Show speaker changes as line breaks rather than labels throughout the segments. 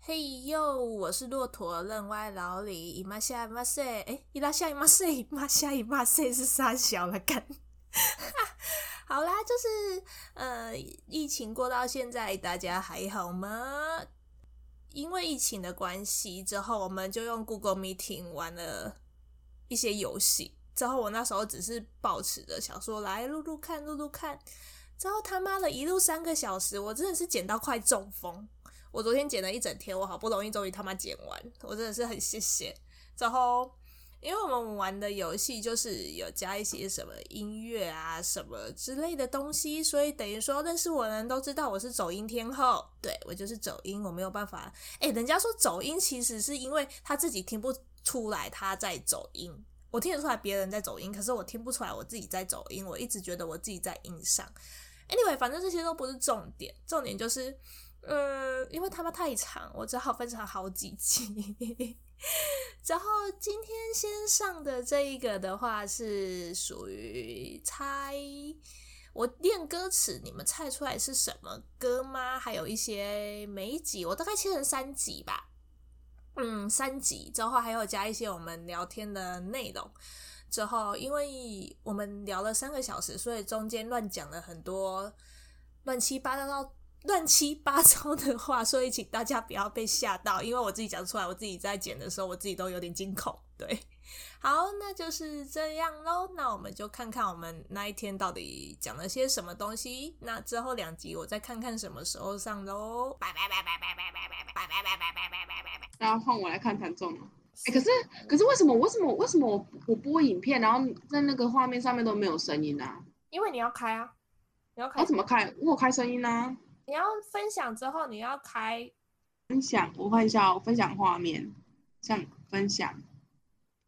嘿呦，我是骆驼任歪老李，伊玛夏伊玛塞，哎，伊拉夏伊玛塞，伊玛夏伊玛塞是啥小了干？ 好啦，就是呃，疫情过到现在，大家还好吗？因为疫情的关系，之后我们就用 Google Meeting 玩了一些游戏。之后我那时候只是抱持着想说来录录看，录录看。之后他妈的一路三个小时，我真的是剪到快中风。我昨天剪了一整天，我好不容易终于他妈剪完，我真的是很谢谢。之后因为我们玩的游戏就是有加一些什么音乐啊、什么之类的东西，所以等于说认识我的人都知道我是走音天后。对我就是走音，我没有办法。哎，人家说走音其实是因为他自己听不出来他在走音，我听得出来别人在走音，可是我听不出来我自己在走音。我一直觉得我自己在音上。Anyway，反正这些都不是重点，重点就是，嗯，因为他们太长，我只好分成好几集。 然后今天先上的这一个的话是属于猜，我练歌词，你们猜出来是什么歌吗？还有一些每一集我大概切成三集吧，嗯，三集之后还有加一些我们聊天的内容。之后，因为我们聊了三个小时，所以中间乱讲了很多乱七八糟到乱七八糟的话，所以请大家不要被吓到，因为我自己讲出来，我自己在剪的时候，我自己都有点惊恐。对，好，那就是这样喽。那我们就看看我们那一天到底讲了些什么东西。那之后两集我再看看什么时候上喽。拜拜拜拜拜拜拜拜拜拜拜拜拜拜拜拜拜。
然后换我来看弹奏吗？哎、可是可是为什么为什么为什么我我播影片，然后在那个画面上面都没有声音啊？
因为你要开啊，你要
我
开，
怎么开？我有开声音啊？
你要分享之后你要开
分享，我看一下哦，我分享画面，像分享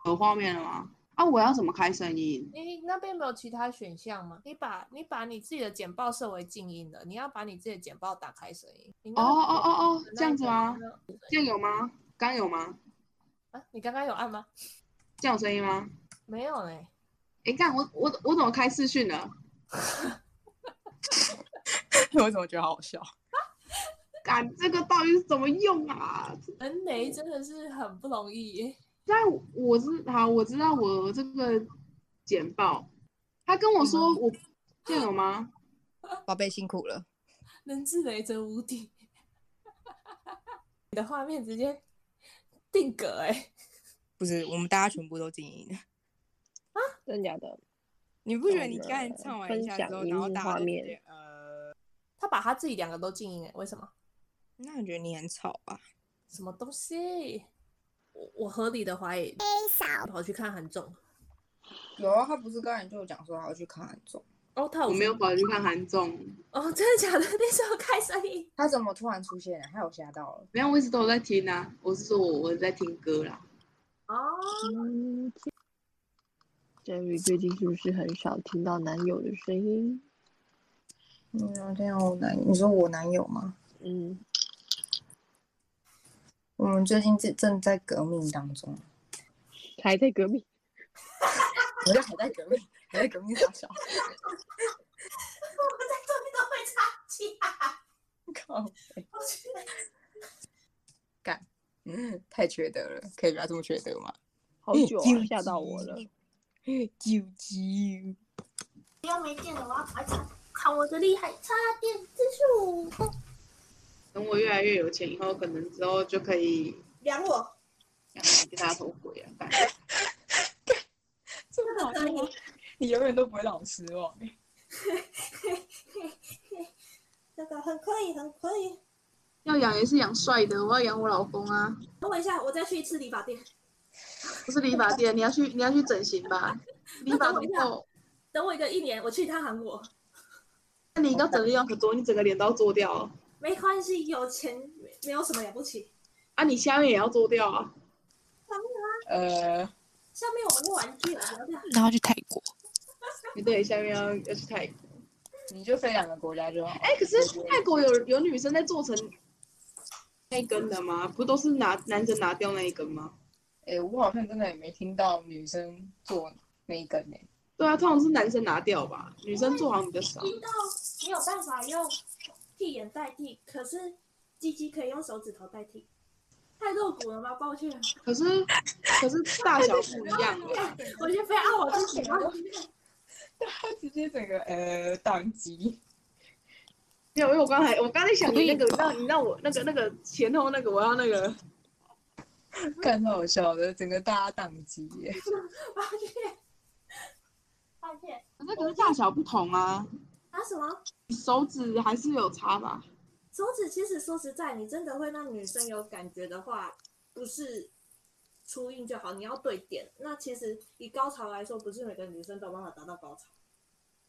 有画面了吗？啊，我要怎么开声音？
你那边没有其他选项吗？你把你把你自己的简报设为静音的，你要把你自己的简报打开声音。你那
哦
个
哦哦哦
那，一
这样子
个
吗？
那个
这样有吗？刚有吗？
啊，你刚刚有按吗？
这样有声音吗？
没有嘞。
哎，干我我我怎么开视讯了？
我怎么觉得好好笑？
干这个到底是怎么用啊？
人雷真的是很不容易耶。
但我知好，我知道我这个简报，他跟我说我这样有吗？
宝贝辛苦了，
人之雷则无敌。你的画面直接定格哎，
不是我们大家全部都静音。
啊真的假的？
你不觉得你刚才唱完一下之后，
分享
然后大家都直
荧幕画
接
面
呃，那
他把他自己两个都静音哎，为什么？
我觉得你很吵吧？
什么东西？我我合理的怀疑，跑去看韩综
有啊，他不是刚才就有讲说他要去看韩综，
哦，他有
我没有
说
跑去看韩综，
哦，真的假的？那时候开声音。
他怎么突然出现了？啊他有吓到了。
没有，我一直都有在听啊。我是说我我在听歌啦。
哦，
嗯，Jerry 最近是不是很少听到男友的声音？
嗯，我听到我男，你说我男友吗？
嗯，
我们最近正正在革命当中，
还在革命。
我就还在革命，还在革命大 小。
我们在这边都会插架。
靠，
我觉得
嗯，太缺德了，可以不要这么缺德吗？
好久啊，吓到我了。
啾啾。
不要没电了，我要把它看我的厉害插电之术。
等我越来越有钱以后，可能之后就可以
量我，
让你跟他头鬼啊。干
真的好笑吗，你永远都不会让我失望。欸
这个很可以，很可以。
要养也是养帅的，我要养我老公啊，
等我一下，我再去一次理发店。
不是理发店，你要去你要去整形吧，理发头后，
等我一个一年，我去一趟韩国，
那你应该整的样很多，你整个脸都要做掉哦
没关系，有钱没没有什么了不起。
啊，你下面也要做掉啊。
呃，
下面我们就玩具了，不要
然后去泰国，
你哎对，下面要要去泰国。
你就飞两个国家就好。
哎、可是泰国有有女生在做成那一根的吗？不都是拿男生拿掉那一根吗？
哎、我好像真的也没听到女生做那一根呢、欸
对啊，通常是男生拿掉吧，女生做好像比较少。
听到没有办法用屁眼代替，可是鸡鸡可以用手指头代替。太露骨了吗？抱歉，
可是可是大小不一样哦，
我先非按我自己吗？
他直接整个呃宕机。
没有，因为我刚才我刚才想你那个，让你让我那个那个前后那个，我要那个，
看到好笑的，整个大家宕机耶。
抱歉，抱歉
可是可是大小不同啊，
啊什么？
手指还是有差吧？
手指其实说实在，你真的会让女生有感觉的话，不是初印就好，你要对点。那其实以高潮来说，不是每个女生都有办法达到高潮。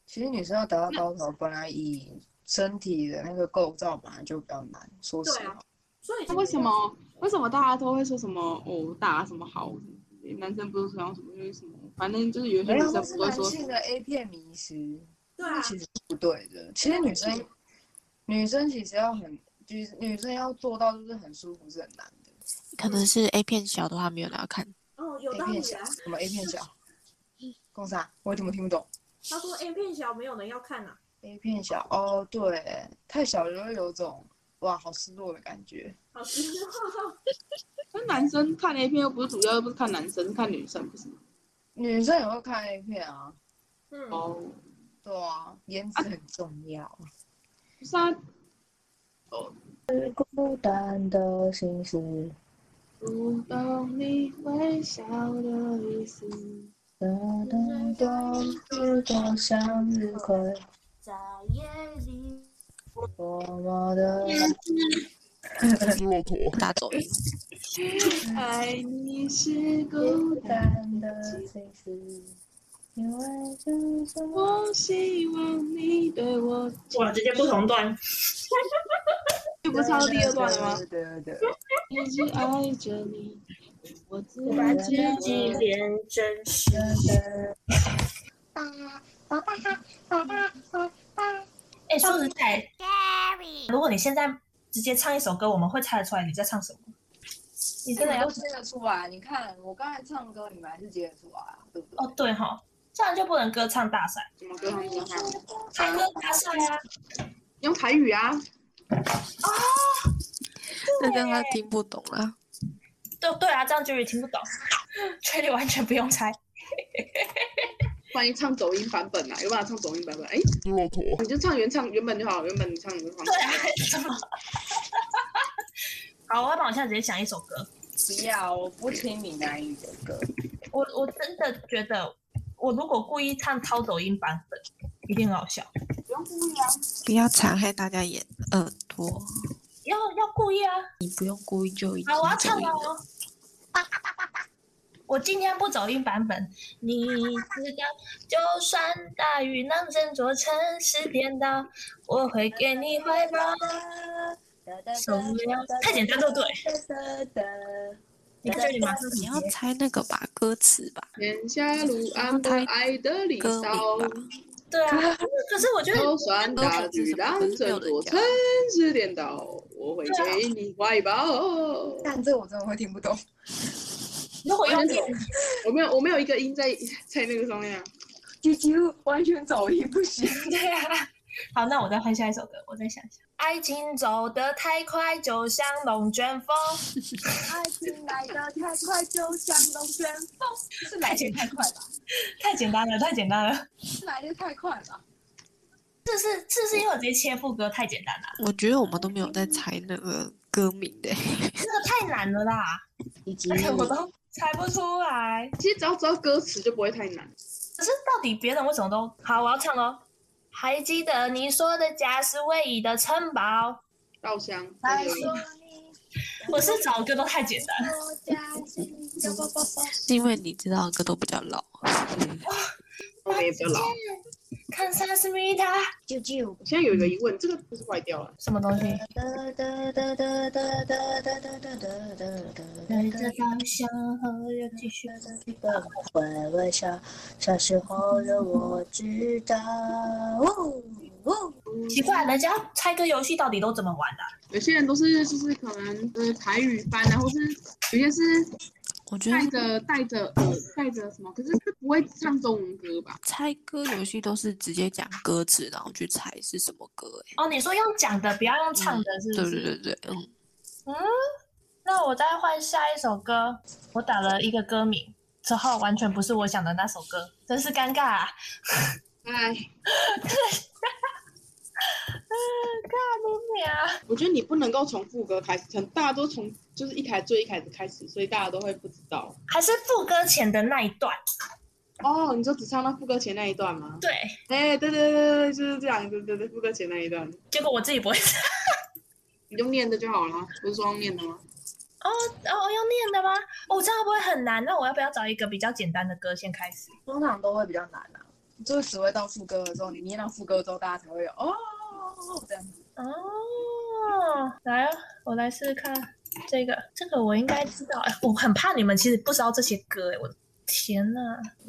其实女生要达到高潮，本来以身体的那个构造本来就比较难，说实
对啊
话。
所以
那为什么为什么大家都会说什么哦打什么好？男生不是说什么因为什么，反正就是有些女
没有，
生
这是
不会
男
说
性的 A 片迷失，
对
那
啊，
其实是不对的。其实女生，女生其实要很，就是女生要做到就是很舒服是很难的。
可能是 A 片小的话没有人要看，
哦，有
A
道
片
理
小
啊。
什么 A 片小？公啥？我怎么听不懂
他说 A 片小没有人要看啊呐、
？A 片小哦，对，太小就会有种哇好失落的感觉。
好失望。
那男生看 A 片又不是主要，又不是看男生，是看女生不是吗？
女生也会看 A 片啊，
嗯，
哦，
对啊，颜值很重要。
不是啊，
孤单的心事，
不懂你微笑的意思。
哒哒哒，知道向日葵，
在夜里，
多么的。
骆驼大走音。
爱哎你是孤
孤
单，
单的心事，因为只是我。
我希望你对我。
哇，直接不同段。
这不是到第二段了吗？
对对对，
一直爱着你，我自
把自
己
变真实。
哎、说实在，如果你现在直接唱一首歌，我们会猜得出来你在唱什么。你真的要
都听得出来。你看我刚才唱歌，你们还是接得出来啊，对不对？
哦，对哈，这样就不能歌唱大赛，
怎么跟他们讲话？
唱歌大赛啊！
用台语啊，
那这样他听不懂啊。
对对啊，这样 Jerry 听不懂 ，Jerry 完全不用猜。
欢迎唱走音版本啊，有办法唱走音版本？哎，
骆驼
你就唱原唱原本就好，原本你唱你就唱。
对啊，怎么？好，我要帮我现在直接想一首歌。
不要，我不听闽南语的歌。
我我真的觉得，我如果故意唱超走音版本，一定很好笑。
不用故意啊，
不要残害大家眼耳朵，
要要故意啊！
你不用故意就已经
好，我要
走
唱
音
了
了。
哦。我今天不走音版本，你知道，就算大雨能整座城市颠倒，我会给你怀抱。手撩，太简单了，对。你看这里马上
你要猜那个吧，歌词吧。
天下路安不爱的离
歌
骚
名。吧，
对啊，可是我觉得
就算大雨让整座城市颠倒，我会给你怀抱。
但这我真的会听不懂。
如果用点
我没有，我没有一个音在在那个上面啊。
啾啾，完全走音不行。
对啊。好，那我再换下一首歌，我再想一想。爱情走得太快，就像龙卷风。
爱情来得太快，就像龙卷风。是来得太快吧？
太简单了，太简 单了。
是来得太快吧？
这是这是因为我直接切副歌太简单了，
我觉得我们都没有在猜那个歌名的。
这个太难了啦，
以及
而且 我都猜不出来。
其实只要知道歌词就不会太难。
可是到底别人为什么都好？我要唱喽。还记得你说的家是唯一的城堡，
稻香，
来
对
说
我是找歌都太简单了。
是因为你知道的歌都比较老，
我们也比较老。
看莎斯米达
啾啾。
我现在有一个疑问，这个就是坏掉了。
什么东西？对着方向和又继续。
微微笑，小时候的我知道。哦哦
奇怪，人家猜歌游戏到底都怎么玩啊的、
有些人都是就是可能呃台语班啊，或是有些是
我觉得
带着带着呃带着什么，可是是不会唱中文歌吧？
猜歌游戏都是直接讲歌词，然后去猜是什么歌、欸。
哦，你说用讲的，不要用唱的，是不
嗯对
是？
对对对，嗯，
那我再换下一首歌。我打了一个歌名之后，完全不是我想的那首歌，真是尴尬啊！
哎，
尬啊！
我觉得你不能够从副歌开始，很大家都从就是一开最一开始开始，所以大家都会不知道。
还是副歌前的那一段，
哦，你就只唱到副歌前那一段吗？
对，
哎，对对对对对，就是这样，对对对，副歌前那一段，
结果我自己不会唱。
你就念的就好了，不是说念的吗？
哦哦，要念的吗？哦，这样会不会很难？那我要不要找一个比较简单的歌先开始？
通常都会比较难啊，就是只会到副歌的时候，你念到副歌之后，大家才会有哦这样子。
哦，来啊，我来试试看这个，这个我应该知道。哎，我很怕你们其实不知道这些歌，哎，我的天呐，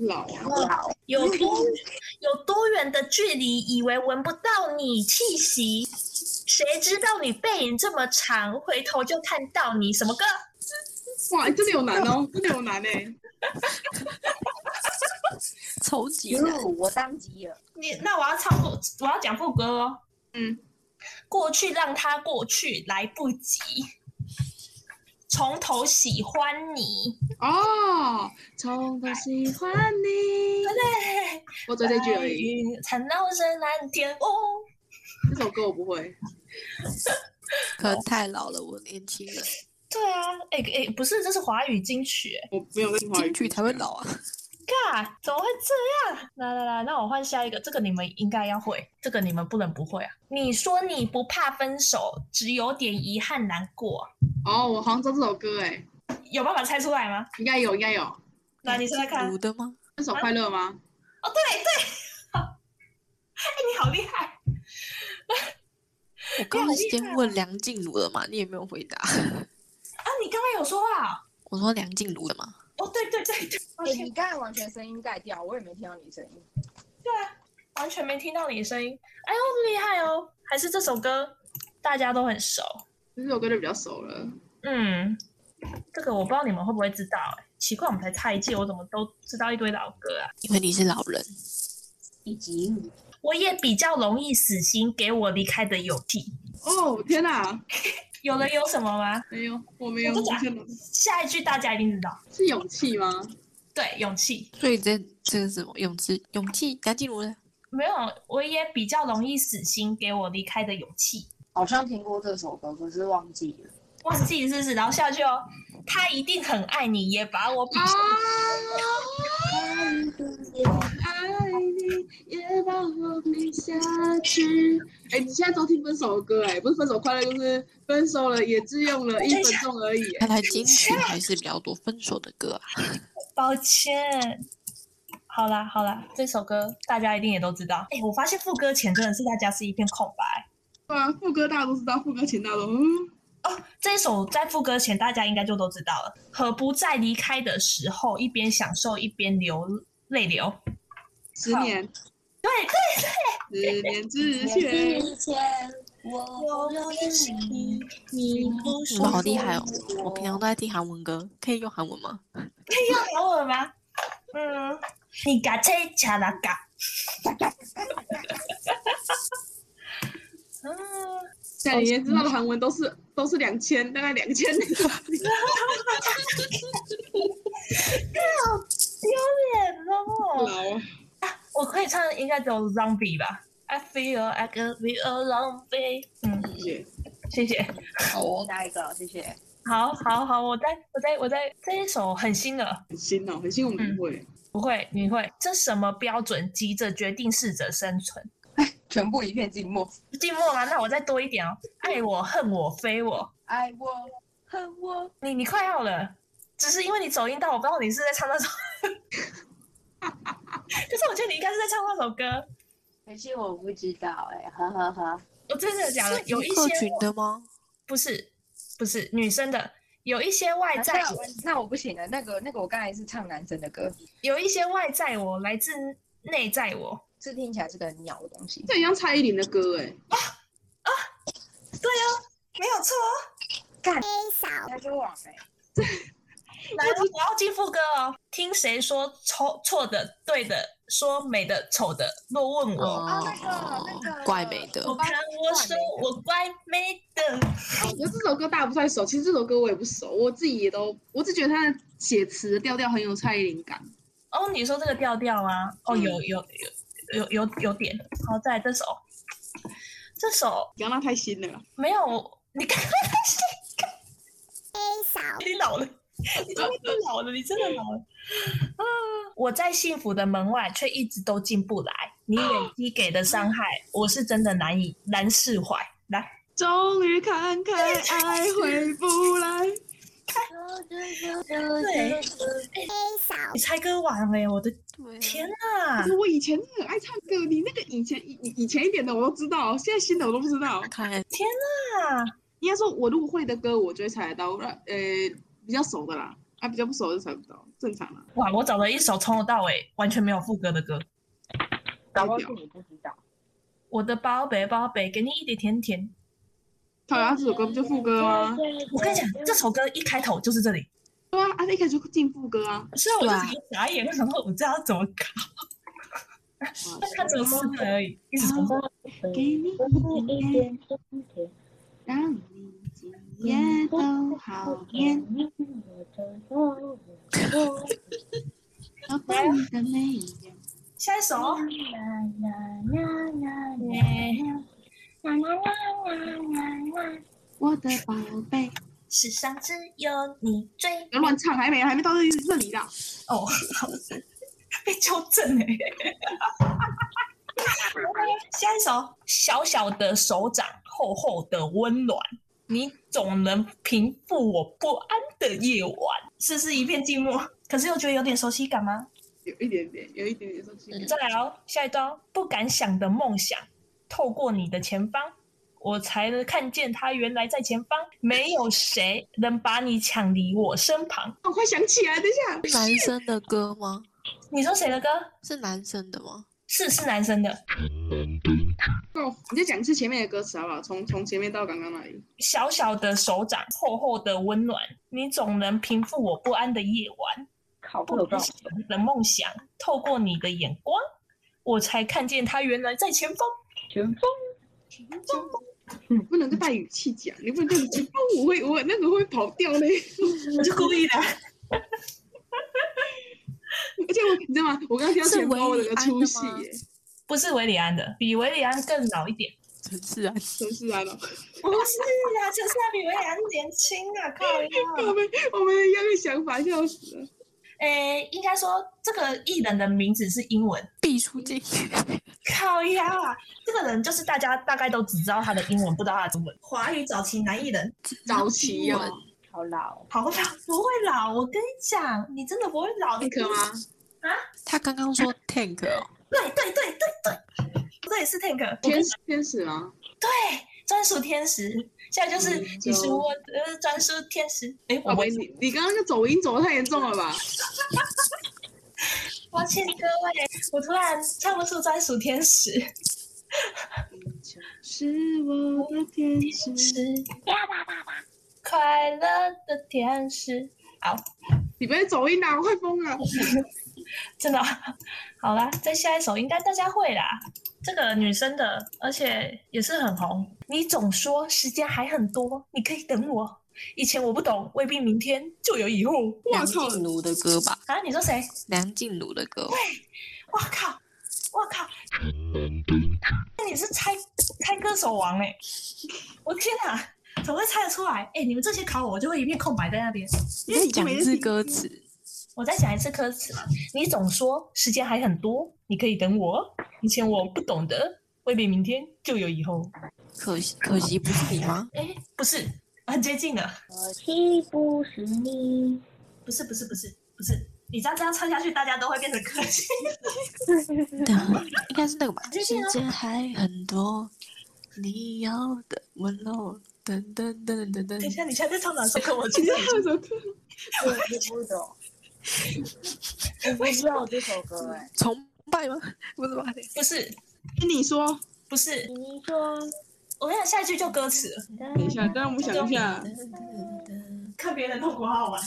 老啊，
有多有多远的距离，以为闻不到你气息，谁知道你背影这么长，回头就看到你。什么歌？
哇，哎真的有难哦，真的有难哎、
超级难。
哟，我当机了，
你那我要唱副，我要讲副歌哦。
嗯，
过去让它过去，来不及。从头喜欢你，
哦，从不喜欢你，
对，
我只会这句而已，
已。缠绕着蓝天，哦，
这首歌我不会。
可能太老了，我年轻人，
对啊，哎、哎、不是，这是华语金曲，哎
我没有在听华语
金曲才会老啊。
尬，怎么会这样？来来来，那我换下一个，这个你们应该要会，这个你们不能不会啊。你说你不怕分手，只有点遗憾难过，
哦，我好像知道这首歌哎，
有办法猜出来吗？
应该有，应该有。
来，你猜猜看。
嗯
读的吗？
分手快乐吗？
哦，对对，哎、你好厉害。
我刚刚先问梁静茹的嘛，你也没有回答。
啊，你刚刚有说话、啊？
我说梁静茹的嘛，
哦，对对对对，抱
哎、
歉
你刚才完全声音盖掉，我也没听到你声音。
完全没听到你的声音。哎呦，厉害哦！还是这首歌大家都很熟。
这首歌就比较熟了。
嗯，这个我不知道你们会不会知道、哎，奇怪，我们才差一届，我怎么都知道一堆老歌啊？
因为你是老人。
以及
我也比较容易死心，给我离开的勇气。
哦，天哪，
有人有什么吗？
没有，我没有，
真的假的
真的
下一句大家一定知道，
是勇气吗？
对，勇气。
所以这这个是什么勇气？勇气梁静茹的。
没有，我也比较容易死心，给我离开的勇气。
好像听过这首歌，可是忘记了。
忘记是不是？然后下去哦，他一定很爱你，也把我比
啊，
也
爱你也把我比下去。哎，你现在都听分手的歌哎，不是分手快乐，就是分手了也只用了一分钟而已。
看来金曲
啊
还是比较多分手的歌啊。
抱歉。好啦好啦，这首歌大家一定也都知道。哎、我发现副歌前真的是大家是一片空白
对啊，副歌大家都知道，副歌前大家都嗯，
哦。这一首在副歌前大家应该就都知道了。何不在离开的时候，一边享受一边流泪流？
十年，
对
十年之前，
之前我
对，
认识你，
你不
你们好厉害哦！我平常都在听韩文歌，可以用韩文吗？
要咬我吗？嗯，你嘎切卡拉嘎。 嗯，
像你也知道的韩文都是都是两千，大概两千那个。
丢脸 哦！
老啊，
我可以唱的应该只有 Zombie 吧？I feel I could be a zombie。嗯，
姐，
谢谢。
好哦，下一个，谢谢。
好，好，好，我再，我再，我再，这一首很新的，
很新哦，很新，我们不会。
不会，你会？这什么标准急着决定适者生存？
全部一片静默。
寂寞吗？那我再多一点哦。爱我恨我非我，
爱我，恨我。
你你快要了，只是因为你走音到我不知道你是在唱那首， 可是我觉得你应该是在唱那首歌。
可是我不知道哎、
欸
哈哈哈。
我哦真的假的？有一
客
些
群的吗？
不是不是女生的，有一些外在
啊那我那我不行了，那个那个我刚才是唱男生的歌，
有一些外在我来自内在我。
这听起来是个很鸟的东西。
这很像蔡依林的歌哎，
对啊，没有错。
他就网哎，
来了，我要进副歌哦。听谁说错错的、对的，说美的、丑的，若问我，
啊那个那个
怪美的
我看我说我怪美的。
我觉得这首歌大家不太熟，其实这首歌我也不熟，我自己也都，我只觉得他的写词的调调很有蔡依林感。
哦，你说这个调调吗？哦，有有有有有有点。好，再来这首，这首
杨娜太新了，
没有，你看看看谁？你老了，你真的老了，你真的老了。啊！我在幸福的门外，却一直都进不来。你累积给的伤害，我是真的难以难释怀。来，
终于看开，爱回不来。
对，哎你猜歌王哎、我的天哪、
可是我以前很爱唱歌，你那个以前以以以前一点的我都知道，现在新的我都不知道。
看
啊！
应该说，我如果会的歌，我就会猜得到。那呃，比较熟的啦，啊，比较不熟就猜不到，正常啦。
哇，我找了一首从头到尾完全没有副歌的歌。
搞不好是你不知道。
我的宝贝，宝贝，给你一点甜甜。
讨厌这首歌不就副歌吗？
我跟你讲，这首歌一开头就是这里，
对啊，啊，一开始就进副歌 啊。
所以我就整个傻眼，我想说我知道要怎么搞，他只有四个而已，一直重复。
给你一点让你今夜都好眠，我把你的眉眼。
下一首，
我的宝贝，
世上只有你最
不要乱唱，还没还没到这里这里啦。
哦，好被纠正哎、 下一首，小小的手掌，厚厚的温暖，你总能平复我不安的夜晚。是不是一片寂寞？可是又觉得有点熟悉感吗？
有一点点，有一点点生气。
再来哦，下一招，不敢想的梦想，透过你的前方，我才能看见它原来在前方。没有谁能把你抢离我身旁。
我哦快想起来，等一下，
男生的歌吗？
你说谁的歌？
是男生的吗？
是是男生的。
哦，你再讲一次前面的歌词好不好？从从前面到刚刚那里。
小小的手掌，厚厚的温暖，你总能平复我不安的夜晚。
靠，这
不
首歌
敢
好
想的梦想，透过你的眼光，我才看见它原来在前方。
全部
不能够带语气讲，你不能这样子。哦，我会，我那个会跑调嘞。
我就故意的。
而且我，你知道吗？我刚刚听到前包，我整个出戏耶，
不是维里安的，比维里安更老一点。
陈自然，
真是啊！
不是啊，就是他比维里安年轻啊，靠
我
呀！
们 我们一样的想法，笑死了。
诶，应该说这个艺人的名字是英文，
必出镜。
靠呀！这个人就是大家大概都只知道他的英文，不知道他的中文。华语早期男艺人，
早期
英
哦，
文
好老哦。
好老不会老，我跟你讲，你真的不会老。
那个吗？
他刚刚说 tank 哦，
对对对对对，这也是 Tank
天使天使吗？
对专属天使，现在就是
嗯
你是我的专属天使。诶，
宝
我们
贝，你你刚刚那走音走的太严重了吧？
抱歉各位，我突然唱不出专属天使。
是我的天使。
是快乐的天使。好，
你不要走音啦，我快疯了。
真的 啊好啦，再下一首应该大家会啦。这个女生的，而且也是很红。你总说时间还很多，你可以等我。以前我不懂，未必明天就有以后。
梁静茹的歌吧，
啊，你说谁？
梁静茹的歌，
我靠，我靠！那你是猜猜歌手王哎、我天啊，怎么会猜得出来？哎、你们这些考我，我就会一片空白在那边。
你再讲一次歌词。
我再讲一次歌词嘛，你总说时间还很多，你可以等我。以前我不懂得，未必明天就有以后。
可惜，可惜不是你吗？
哎，不是，很接近了。
可惜不是你，
不是，不是，不是，不是。你这样这样唱下去，大家都会变成可惜。
应该是那个吧。
这
时
个
间还很多，你要的温柔，噔噔噔噔噔
等一
噔。
下，你现在在唱哪首歌？我
你
其
知
实
道这首歌？
我不懂，我不知道这首歌哎。
崇拜吗？不是吧？
不是，
你说，
不是。
你说
我跟你讲，下一句就歌词了。
等一下，让我们想一下。
看别人的痛啊苦好好玩。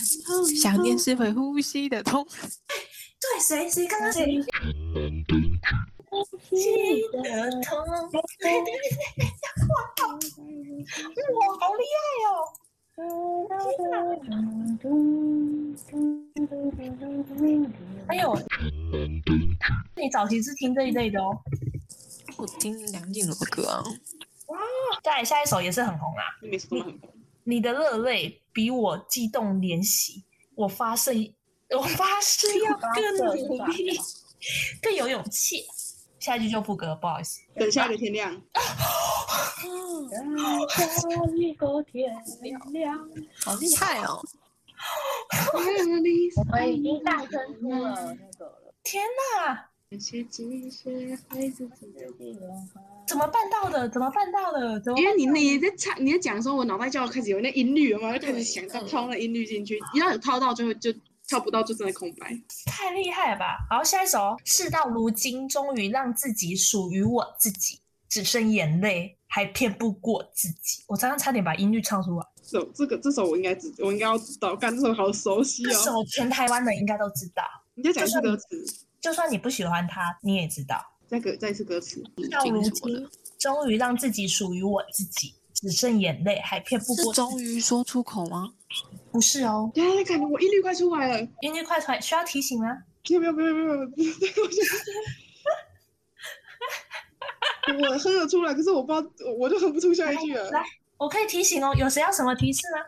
想念是会呼吸的痛。
对，谁谁刚刚谁？
记得痛。对对嗯对
哇，好厉害哦！
还有，哎你早期是听这一类的哦。
我听梁静茹的歌啊，
再来下一首也是很红啊，
每次都蛮红。
你的热泪比我激动怜惜，我发誓， 我发誓要更努力，更有勇气。下一句就副歌，不好意思。
等下一个天亮，
好厉害哦！
我们已经大声出了那个了。
天哪，
感谢继续爱自己的
怎么办到的？怎么办到的？怎么
因
办
为你那也在唱，你在讲的时候，我脑袋就要开始有那音律了嘛，就开始想到掏那音律进去，一旦掏到最后就跳不到，就真的空白。
太厉害了吧！好，下一首，事到如今，终于让自己属于我自己，只剩眼泪，还骗不过自己。我刚刚差点把音律唱出来，
这首这个这首我应该知，我应该要知道，干这首好熟悉
这
哦。
首全台湾人应该都知道，
你再讲一次歌词，
就算你不喜欢他，你也知道。
再歌再一次歌词，
已
到如
经什么
今
的，，
终于让自己属于我自己，只剩眼泪，还骗不
是
过。
终于说出口吗？
不是哦，
对啊，感觉我音律快出来了，
音律快传需要提醒吗？
没有没有没有没有，我哼得出来，可是我不知道，我就哼不出下一句了。
来我可以提醒哦，有谁要什么提示吗？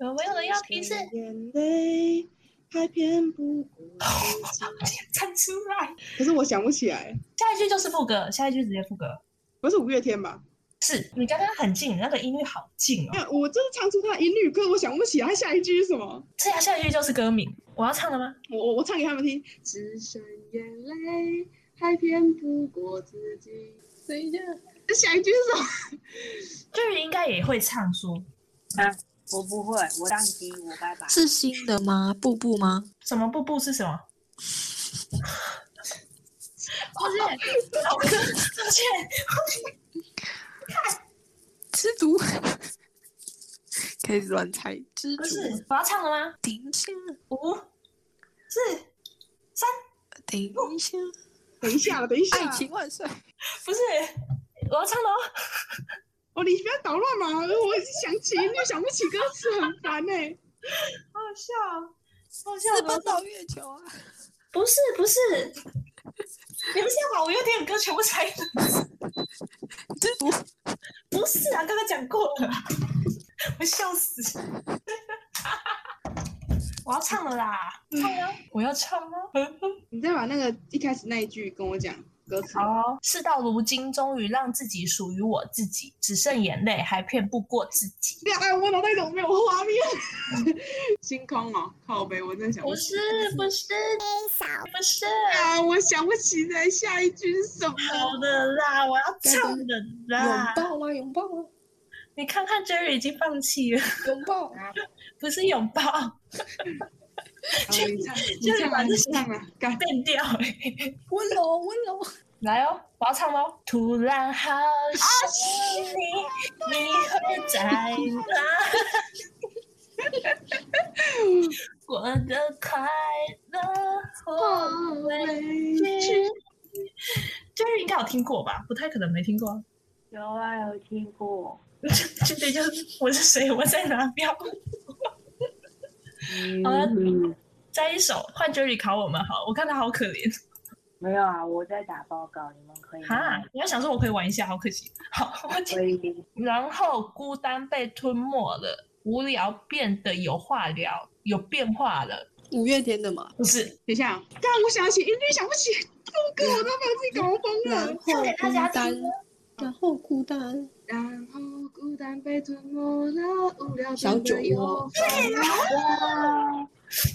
有没有人要提示？
眼泪还骗不过自己。
唱出来。
可是我想不起来，
下一句就是副歌，下一句直接副歌。
不是五月天吧？
是你刚刚很近，那个音律好近哦。
那我真的唱出他的音律，可是我想不起来他下一句是什么。
这样下一句就是歌名，我要唱了吗？
我我我唱给他们听，只剩眼泪还骗不过自己。等一下，这下一句是什么？
就是应该也会唱说
我不会，我当机，我拜拜。
是新的吗？步步吗？
什么步步是什么？ 抱歉，老哥，抱歉，
蜘蛛开始乱猜，蜘
不
蛛
是我要唱了吗？
停下，
五、四、三，
停下，
等一下了，等一下
爱
啦，
情万岁！
不是我要唱了哦。
哦，你不要捣乱嘛！我想起音律想不起歌词，很烦哎、
好笑哦，好笑哦，
到月球啊！
不是不是，你不是要把五月天的歌全部拆了？
蜘蛛
不是啊，刚刚讲过了，我笑死。 我要唱了啦，唱啊！我要唱啊！
你再把那个一开始那一句跟我讲歌词。
好、哦，事到如今，终于让自己属于我自己，只剩眼泪，还骗不过自己。
对啊，我脑袋怎么没有画面？ 星空哦，靠北，我真的想不
不
起
是不是，不是，
啊，我想不起来下一句是什么。
好的啦，我要唱的啦
拥。抱吗？拥抱吗？
你看看 Jerry 已经放弃了，
拥抱！
不是拥抱，
好你唱，你
就是
唱
把
啊，
这
你
些
唱啊， 干。
变欸掉、
温柔，温柔。
来哦，我要唱喽！突然好想你，你会在哪里？我的快乐
哦
我会去。就是应该有听过吧？不太可能没听过啊。
有啊，有听过。
就对，就是我是谁，我在哪标。好了，
嗯
再一首，换 Jerry 考我们好，我看他好可怜。
没有啊，我在打报告，你们可以
哈
吗？，
我要想说我可以玩一下，好可惜。好，我
可以。
然后孤单被吞没了，无聊变得有话聊，有变化了。
五月天的嘛，
不是，
等一下，哦但我想起音律想不起，这首歌我都把自己搞疯
然
了
后。孤单，然后孤单，
然后孤单被吞没了，无聊
小
变得
酒窝
有烦恼
啊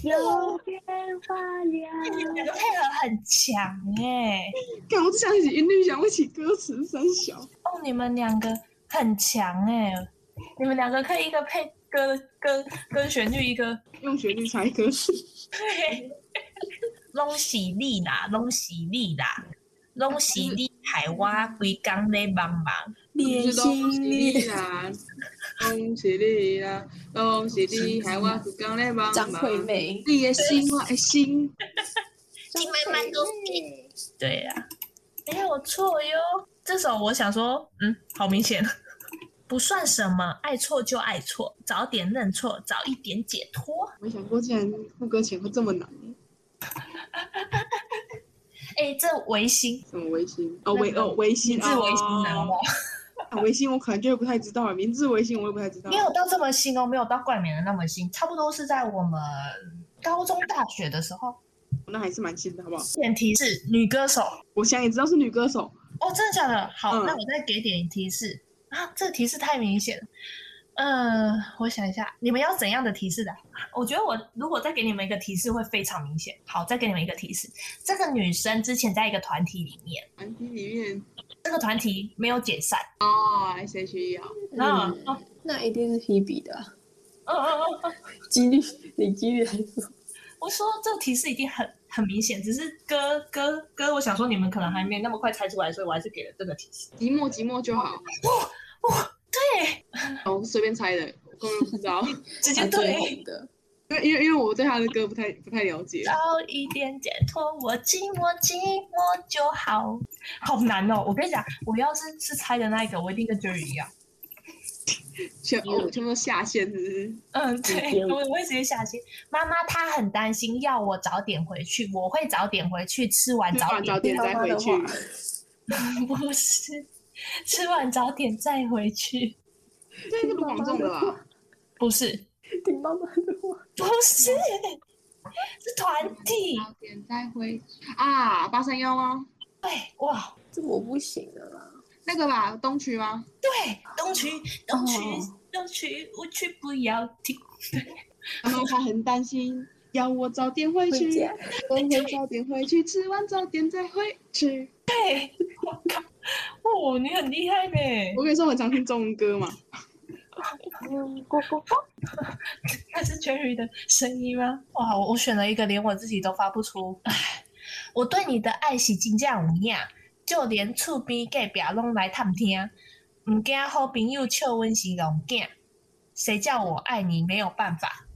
有变化了。
你的配合很强哎、
干，我只想起音律，想不起歌词，三小。
哦，你们两个很强哎、你们两个可以一个配歌跟跟旋律，一个
用旋律猜歌词。
对，拢是你啦，拢是你啦，拢是你害我规工咧茫茫。
你知道不是啦，恭喜你啦，恭喜你，害我是讲咧 茫
张惠
茫。
妹，
你的心，我的心。
你慢慢都给。对呀、没有错哟。这首我想说，嗯，好明显，不算什么，爱错就爱错，早点认错，早一点解脱。
没想过竟然副歌前会这么难，
哎，这违心，
什么违心？哦 违哦违心，
明治违心难忘，
啊，违心我可能就不太知道了，明治违心我也不太知道
没。有到这么新哦，没有到冠冕的那么新，差不多是在我们高中、大学的时候。
那还是蛮新的，好不好？
前提是女歌手
我想也知道是女歌手，
哦，真的假的？好，
嗯
那我再给点提示啊，这提示太明显了。嗯、我想一下，你们要怎样的提示的啊？我觉得我如果再给你们一个提示，会非常明显。好，再给你们一个提示，这个女生之前在一个团体里面，
团体里面
这个团体没有解散。
哦 S H E 啊，
然后，嗯嗯
那一定是 Hebe 的啊、
嗯嗯，
几率你几率还是什么
我说这个提示已经很很明显，只是歌歌歌，我想说你们可能还没那么快猜出来，所以我还是给了这个提示。
寂寞寂寞就好。
对，
哦，随便猜的，我根本不知道，
直
啊
啊
接
她最
对。
红的？
因为因为因为我对他的歌不太不太了解。
早一点解脱，我寂寞寂寞就好。好难哦！我跟你讲，我要是是猜的那一个，我一定跟 Jerry 一样。
全哦，全部都下线，是不是？
嗯，对，我我会直接下去。妈妈她很担心，要我早点回去，我会早点回去，吃完
吃
早
完
点
啊早点再回去。
不是，吃完早点再回去，
这个卢广仲的啦，
不是，
听妈妈的话，
不是，是团体。
早点再回去啊，八三幺吗？
对，哎哇，
这我不行啊的啦。
那个吧，东区吗？
对，东区，东区
哦，
东区，我去不要停。
然后他很担心，要我早点回
回
去，
家
我会早点回去，吃完早点再回去。
对，我靠，哦，你很厉害呢。
我跟你说，我很常听中文歌嘛，
那是 Cherry 的声音吗？哇，我我选了一个连我自己都发不出。唉，我对你的爱是真正有影，啊就连厝边隔壁拢来探听，唔惊好朋友笑阮是戆囝，谁叫我爱你没有办法？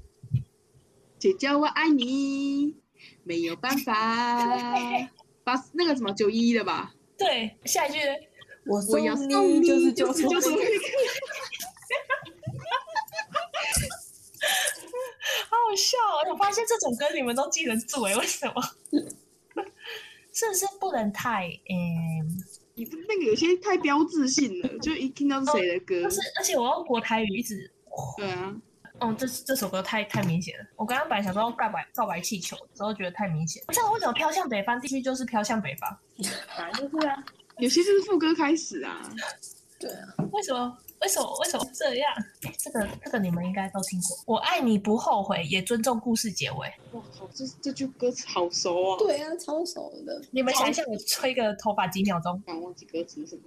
姐叫我爱你，没有办法。八那个什么九一一的吧，
对，下一句呢
我
我
送
要送
你
你，
就是
就
就是是
就
就是是。
好好笑哦！我发现这种歌你们都记得住诶，欸为什么？是不是不能太嗯？
你不那个有些太标志性了，就一听到是谁的歌
就，是而且我用国台语一直
对啊，
哦，这这首歌太太明显了。我刚刚本来想说要告白告白气球，之后觉得太明显。不知道为什么飘向北方地区就是飘向北方，
反正就是啊，
有些就是副歌开始啊，
为什么？为什么？为什么这样？这个这个你们应该都听过。我爱你不后悔，也尊重故事结尾。
哇靠，这这句歌词好熟哦，
对啊，超熟的。
你们想一下，我吹个头发几秒钟，
但忘记歌词是什么，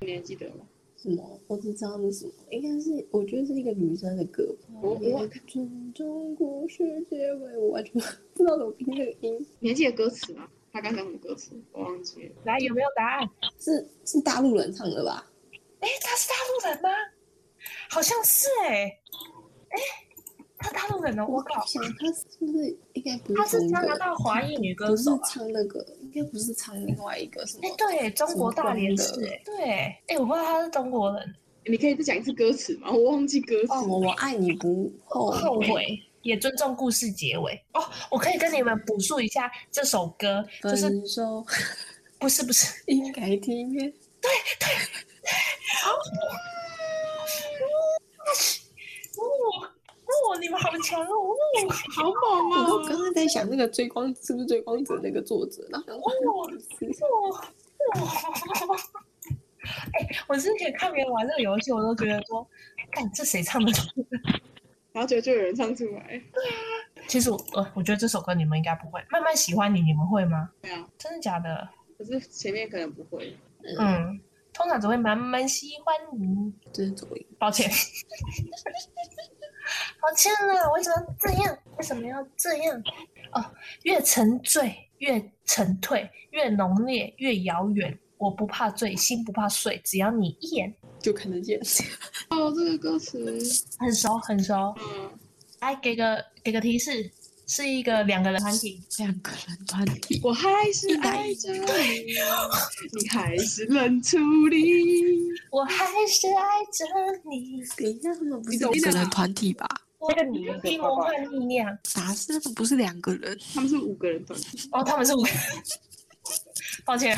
你还记得吗？
什么？我只知道是什么，应该是我觉得是一个女生的歌吧。
我我
尊重故事结尾，我完全不知道怎么拼这个音，
你还记得歌词吗？他刚讲什么歌词？我忘记了。
来有没有答案？
是是大陆人唱的吧？
哎，他是大陆人吗？好像是哎、哎，他大陆人哦，我靠，
想他是不是应该不
他是
中
加
国
拿
人？
大华裔女歌
不是
手吧？
唱那个，应该不是唱另外一个什么
哎，？对，中国大连
什
市
么鬼的，
哎，对，哎，我不知道他是中国人，
你可以再讲一次歌词吗？哦我忘记歌词。
什么？我爱你不后
哦后悔也尊重故事结尾哦。我可以跟你们补述一下这首歌，就是
分手
不是不是，
应该体面。
哦哦，你们好强哦，哦
好猛啊！
我刚刚在想那个追光是不是追光者那个作者，然后想说不是
哦哦。哎，我之前看别人玩这个游戏，我都觉得说，看这谁唱的？
然后就就有人唱出来，
其实我呃，我觉得这首歌你们应该不会。慢慢喜欢你，你们会吗？
对啊，
真的假的？
可是前面可能不会。
嗯，通常只会慢慢喜欢你。
这是走音。
抱歉， 抱歉了，为什么要这样？为什么要这样？哦，越沉醉越沉退，越浓烈越遥远。我不怕醉，心不怕碎，只要你一眼。
就看得见。
哦，这个歌词，
很熟很熟。
嗯，
来给个给个提示，是一个两个人团体。
两个人团体，
我还是爱着你，你还是冷处理。
我还是爱着你，
你懂
两
吗
个？人团体吧？
我
个你
的魔幻力量。
啥是那个不是两个人？
他们是五个人团体，
哦，他们是五个。 抱歉，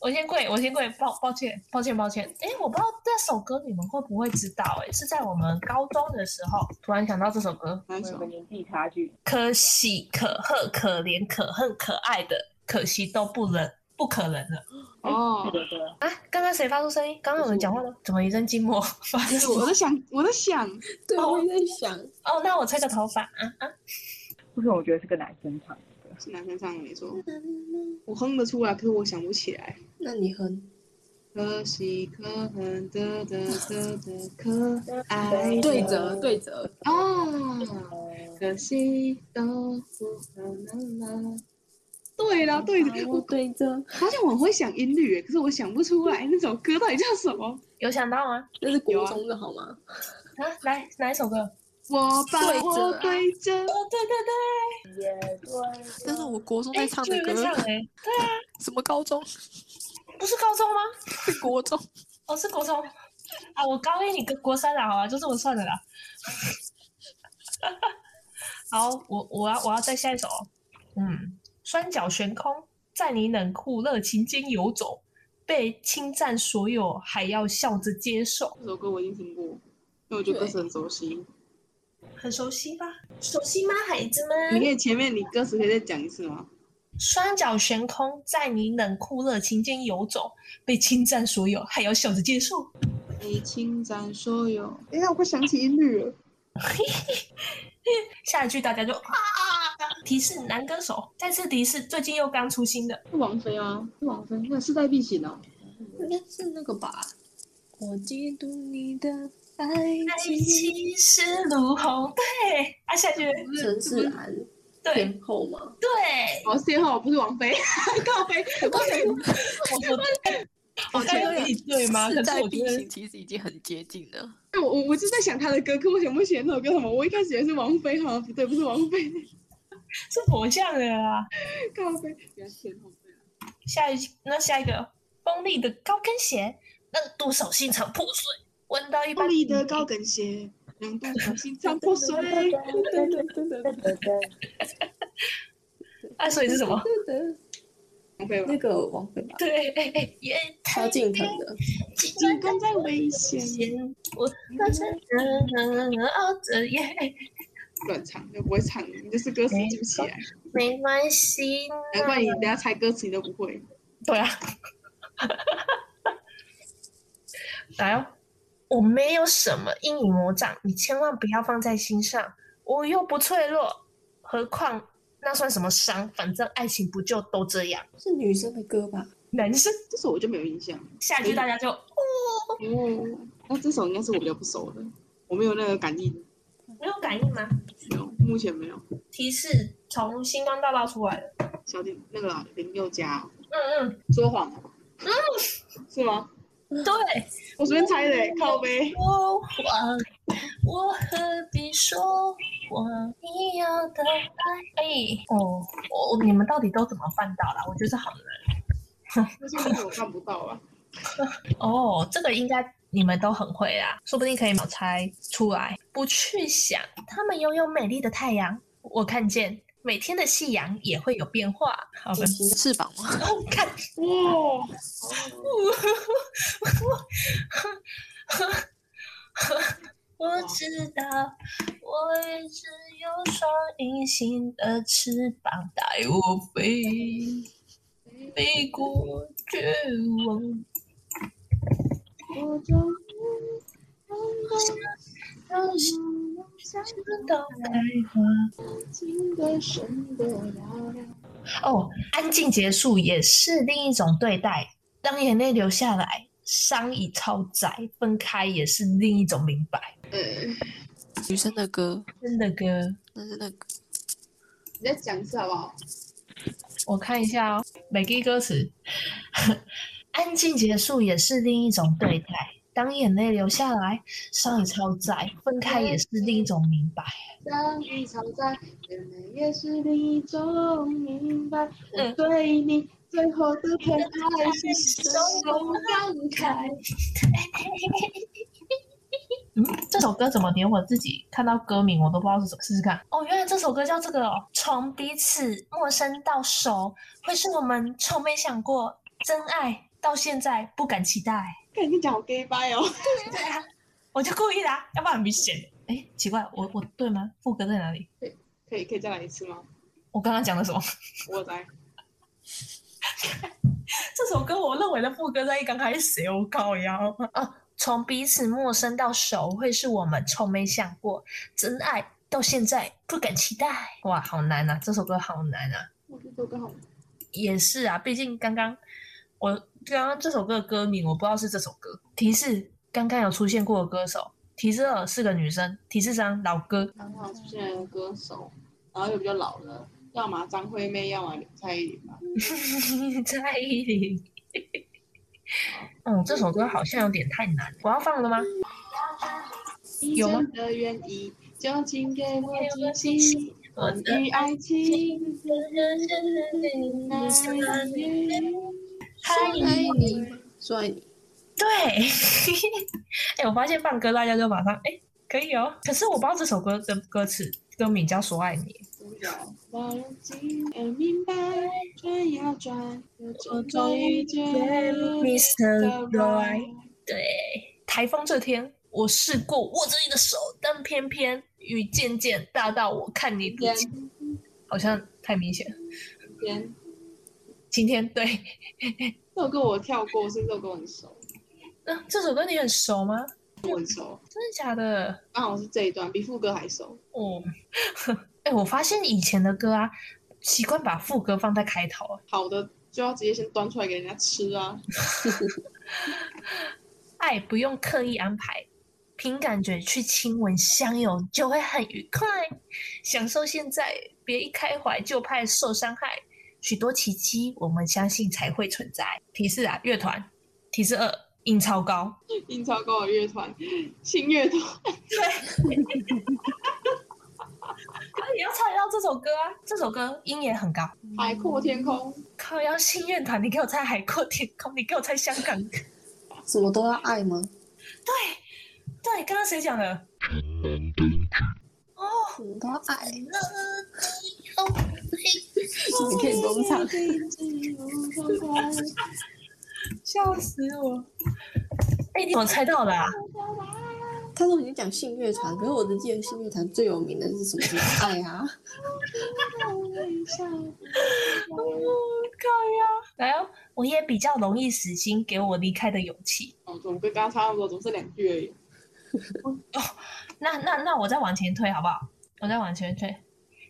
我先跪，我先跪，抱抱歉，抱歉，抱歉。哎，我不知道这首歌你们会不会知道、哎，是在我们高中的时候突然想到这首歌，
来
有
首
个年纪差距，
可喜可贺、可怜可恨、可爱的，可惜都不能，不可能了。
哦。
对对，
啊，刚刚谁发出声音？刚刚有人讲话了，怎么一阵静默？ 发生什么
我在想，我在想，
对，
我
也在想，
哦，那我吹个头发啊啊！
为什么我觉得是个男生唱的歌？
是男生唱的没错。我哼得出来，可是我想不起来。
那你哼，
可喜可恨的的的的可爱的
对折对折，
啊，可惜都不可能了。对啦，对的，我
对折，
发现我很会想音律耶，可是我想不出来那首歌到底叫什么。
有想到吗？
那是
有
国
啊
中的好吗？
啊，来哪一首歌？
我把我对着，
哦，啊对对对，
但是我国中
哎
在唱的
就
歌
有， 人唱哎，
什么高中？
不是高中吗？
是国中？
哦，是国中啊，我高一，你跟国三了，好啊，就是我算了啦。 好，我我要我要再下一首哦，嗯，双脚悬空，在你冷酷热情间游走，被侵占所有，还要笑着接受，
这首歌我一定听过，因为我觉得歌词很熟悉。
很熟悉吧？熟悉吗，孩子
你
们
可？以前面你歌词可以再讲一次吗？
双脚悬空，在你冷酷热情间游走，被侵占所有，还要笑着接受。
你侵占所有。哎呀，我快想起音律了。
下一句大家就啊！提示男歌手，再次提示，最近又刚出新的，
是王菲吗？是王菲，那势在必行哦。
应该是那个吧。我嫉妒你的爱
爱情是如虹，对，啊，下一句，
陈世安
对
天后吗？
对，
哦，是哦，不是王菲， 靠菲，我
我我我刚刚有你对吗？可
势
是
在
我觉
必
得
行，其实已经很接近了。
我我我就在想她的歌，可我想不起来那首歌什么。我一开始以为是王菲，好像不对，不是王 菲，
是佛像的啊。
靠菲，原来是天后对啊
下一那下一个，锋利的高跟鞋让多少心肠破碎，闻到一
玻
般
璃的高跟鞋，让不小心唱破碎。
对对对对对
啊，所以是什么？
对对，
王菲吧
那，个王菲吧，
对，也
萧
太
敬 腾的。
进攻在危险，
前，我发生的熬着夜，
乱唱就不会唱，你就是歌词记不起来。
没关系啦。
难怪你等下猜歌词你都不会。
对啊，来哦，我没有什么阴影魔障，你千万不要放在心上，我又不脆弱，何况那算什么伤？反正爱情不就都这样？
是女生的歌吧？
男生
这首我就没有印象。
下一句大家就哦，
哦，那这首应该是我比较不熟的，我没有那个感应，
没有感应吗？
没有，目前没有。
提示从星光大道出来的，
小点那个啊林宥嘉哦
嗯
说谎哦，是吗？
嗯，对。
我随便猜的欸，靠呗。
说谎，我何必说谎？你要的爱，哎，哦，我、你们到底都怎么办到啦？我觉得这好难
那些东西我看不到啊。
哦。这个应该你们都很会啦，说不定可以秒猜出来。不去想，他们拥有美丽的太阳，我看见每天的夕阳也会有变化。好吧
隐，形的翅膀吗？
哦看，
哇，
我知道，我一直有双隐形的翅膀带我飞，飞过绝望。
我终
都是
想
都开花。
尽的神的嘹亮。
哦，安静结束也是另一种对待，让眼泪流下来，伤已超载，分开也是另一种明白。
呃
女生的歌，
真的歌，
但是那个
你再讲一次好不好？
我看一下 哦，每句歌词。安静结束也是另一种对待，当眼泪流下来，伤也超载，分开也是另一种明白。
当你超载，眼泪也是另一种明白。我
嗯
对你最后的疼爱是手不放开。
嗯，这首歌怎么连我自己看到歌名我都不知道是什么？试试看。哦，原来这首歌叫这个哦。从彼此陌生到熟，会是我们从没想过真爱，到现在不敢期待。
看你讲我 gay 掰哦，
对啊，我就故意的、啊，要不然很明显。哎，奇怪，我我对吗？副歌在哪里？
可以可以再来一次吗？
我刚刚讲的什么？
我来，
这首歌我认为的副歌在一刚开始，我靠腰哦，从彼此陌生到熟，会是我们从没想过真爱，到现在不敢期待。哇，好难啊！这首歌好难啊！
我觉得这首歌好，
也是啊，毕竟刚刚我刚刚这首歌的歌名我不知道是这首歌。提示：刚刚有出现过的歌手。提示二是个女生。提示三老歌。
刚好出现的歌手，然后又比较老了，要么张惠妹，要么蔡依林吧。
蔡依林。嗯，这首歌好像有点太难，我要放了吗？有吗
一生的愿意，就请给我惊喜，关于爱情难言。
嗨，
爱你，说爱你。
对， 哎、我发现放歌大家就马上哎、可以哦。可是我不知道这首歌的歌词歌名叫《说爱你》，
把眼睛而明白，转呀转，又终终遇见你的
Mr.
爱
Right。对，台风这天，我试过握着你的手，但偏偏雨渐渐大到我看你不
天
见，好像太明显了。
天，
今天对，
这首歌我跳过，所以这首歌很熟，
那、这首歌你很熟吗？
我很熟。
真的假的？
刚好是这一段，比副歌还熟。
哦， 哎、我发现以前的歌啊，习惯把副歌放在开头啊。
好的就要直接先端出来给人家吃啊。
爱不用刻意安排，凭感觉去亲吻相拥就会很愉快，享受现在，别一开怀就怕受伤害。许多奇迹，我们相信才会存在。提示啊，乐团。提示二，音超高。
印超高的乐团，新乐团，
啊，你要猜到这首歌啊！这首歌音也很高。
海阔天空。
靠，要信乐团，你给我猜海阔天空，你给我猜香港 歌。
什么都要爱吗？
对，刚刚谁讲的？
什么都要爱，
你可以工厂。
笑死我！哎、你怎么猜到的、啊？
他都已经讲信乐团，可是我只记得信乐团最有名的是什么？什么爱啊，
靠呀！来哦，我也比较容易死心，给我离开的勇气。
哦，怎么跟刚刚差不多？怎么是两句而已？
那那那我再往前推好不好？我再往前推，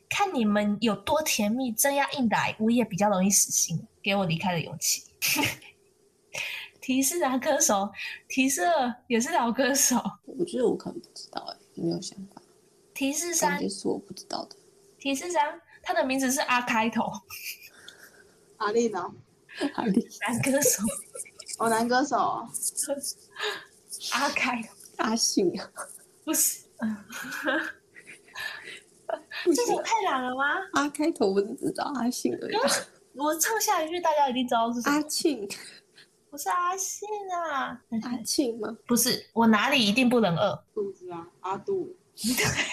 看你们有多甜蜜，真要硬来，我也比较容易死心，给我离开的勇气。 提示啊，歌手，提示二也是老歌手。
我觉得我可能不知道哎、没有想法，
提示
感
三
觉，是我不知道的。
提示三，他的名字是阿开头，
阿丽呢？
好厉
男歌手
哦，男歌手哦，
阿开头，
阿信啊，
不是
不
这
行
首太难了吗？
阿开头我只知道阿信而已啊、
我唱下一句，大家一定知道是什么
阿。庆，
不是阿信啊，
阿庆吗？
不是，我哪里一定不能饿。
肚子啊，阿杜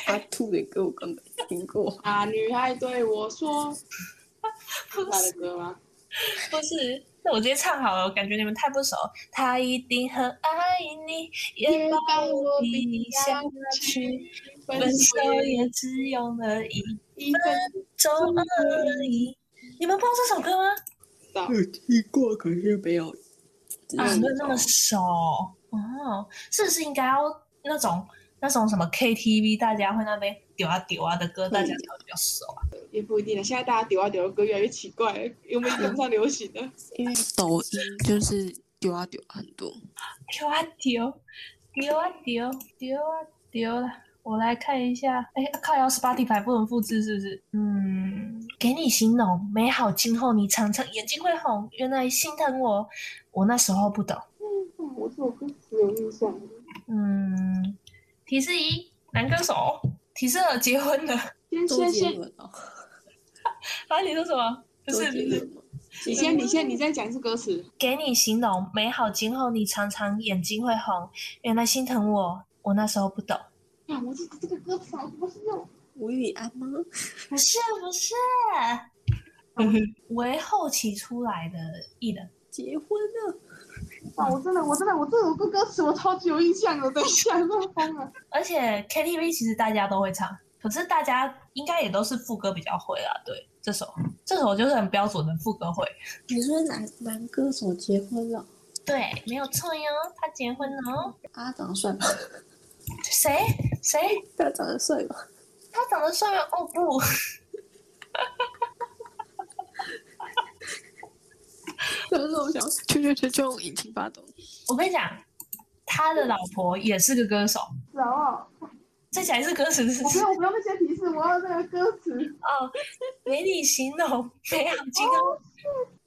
阿兔的歌我根本没听过，
啊，女孩对我 说，
不
是他的歌吗？
不是，那我直接唱好了，我感觉你们太不熟。他一定很爱你，也把我比下去，分手也只用了一
一分
周而已。你们不知道这首歌吗？
到。
有听过，可是没有。
啊，没有那么熟哦，是不是应该要那种那种什么 KTV，大家会那边丢啊丢啊的歌，大家才会比较熟啊？
也不一定了。现在大家丢啊丢的歌越来越奇怪了，有没有跟不上流行 的？
因为抖音就是丢啊丢啊很多，
丢啊丢，丢啊丢，丢啊丢了。我来看一下，哎，靠，要 Spotify 不能复制是不是？嗯，给你形容美好，今后你常常眼睛会红，原来心疼我，我那时候不懂。
我这首歌词有有印象。
嗯，提示一，男歌手；提示二，结婚了。
先
周
先
杰
先，
伦哦，
啊，你说什么？不
周
是
杰
不是，
伦吗，
你先你先你再讲一次歌词。
给你形容美好今后，你常常眼睛会红，原来心疼我，我那时候不懂，
啊，我这这个歌词啊好不是用。
吴宇安吗？
不是不 是，为后期出来的艺人，
结婚了，
啊，我真的我真的我这首歌歌词我超级有印象的，等一下 我疯了。
而且 KTV 其实大家都会唱，可是大家应该也都是副歌比较会啊，对，这首这首就是很标准的副歌会，
你说男男歌手结婚了，
对，没有错哟，他结婚了哦，
阿啊长帅吗？
谁谁
他长得帅吗？
他长得帅吗？哦不，
但是我想，去去去，就引擎发动。
我跟你讲，他的老婆也是个歌手，
是好不好？
这才是歌手是
我不用我不用那些提示，我要那个歌词。
哦，没你形容没有今后，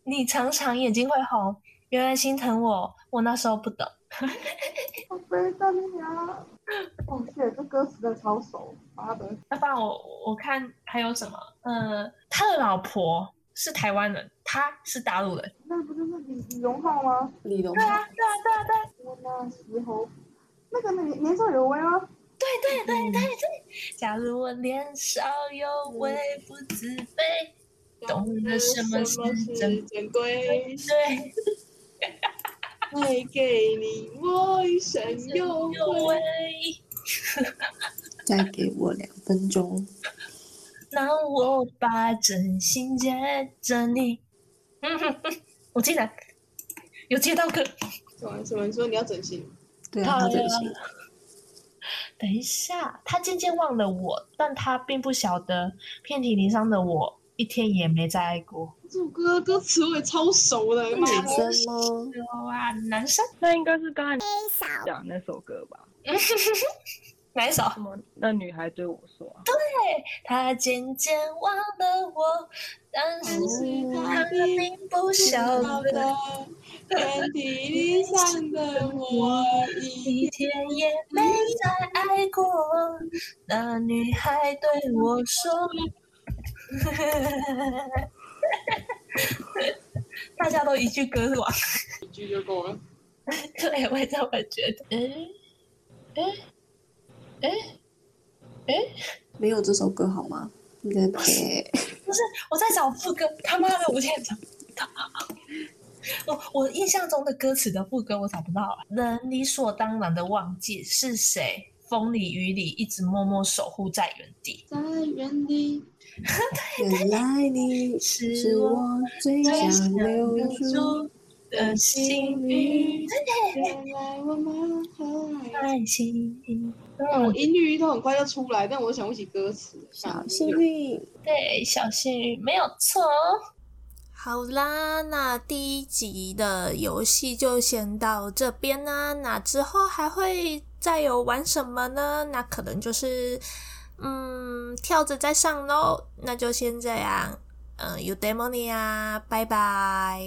你常常眼睛会红，原来心疼我，我那时候不懂。
我飞到你啊！哦，是这歌词真的超熟，妈的，
那不然我我看还有什么？呃，他的老婆是台湾人，他是大陆人。
那不就是李李荣浩吗？
李荣
对啊，对
浩，
啊，对啊，对啊，
我那时候，那个年年少有为吗？
对对对对对。假如我年少有为不自卑，懂得什么是珍
珍
嗯
贵？
对，
会给你我一生
有为。
再给我两分钟。
让我把真心借着你。嗯哼哼，我竟然有接到歌。
什么什么？你说你要整形？
对啊，他真心。
等一下，他渐渐忘了我，但他并不晓得遍体鳞伤的我一天也没再爱过。
这首歌歌词我也超熟的，
嗯
女
妈的！
生吗？
哇，啊男生，
那应该是刚才讲那首歌吧？
哪一首？
什么？那女孩对我说啊、
他渐渐忘了我，但是他
他
并不晓得，
遍体鳞伤的我已
一天也没再爱过。那女孩对我说。 大家都一句歌王，
一句就够了。
对，我也这么觉得。嗯，
没有这首歌好吗？你在陪
不是，我在找副歌，他妈的，我现在找不到。我我印象中的歌词的副歌我找不到了，能理所当然的忘记是谁，风里雨里一直默默守护在原地，
在原地，
原来你
是
是
我
我最
最
想
想
留
留
住
住的幸运，
原来我们很爱。
爱情。
我
嗯，
音律都很快就出来，但我想不起歌词。
小幸运。
对，小幸运没有错哦。
好啦，那第一集的游戏就先到这边啦、那之后还会再有玩什么呢？那可能就是嗯，跳着再呃上喽。那就先这样，嗯、有 d e m o n 啊，拜拜。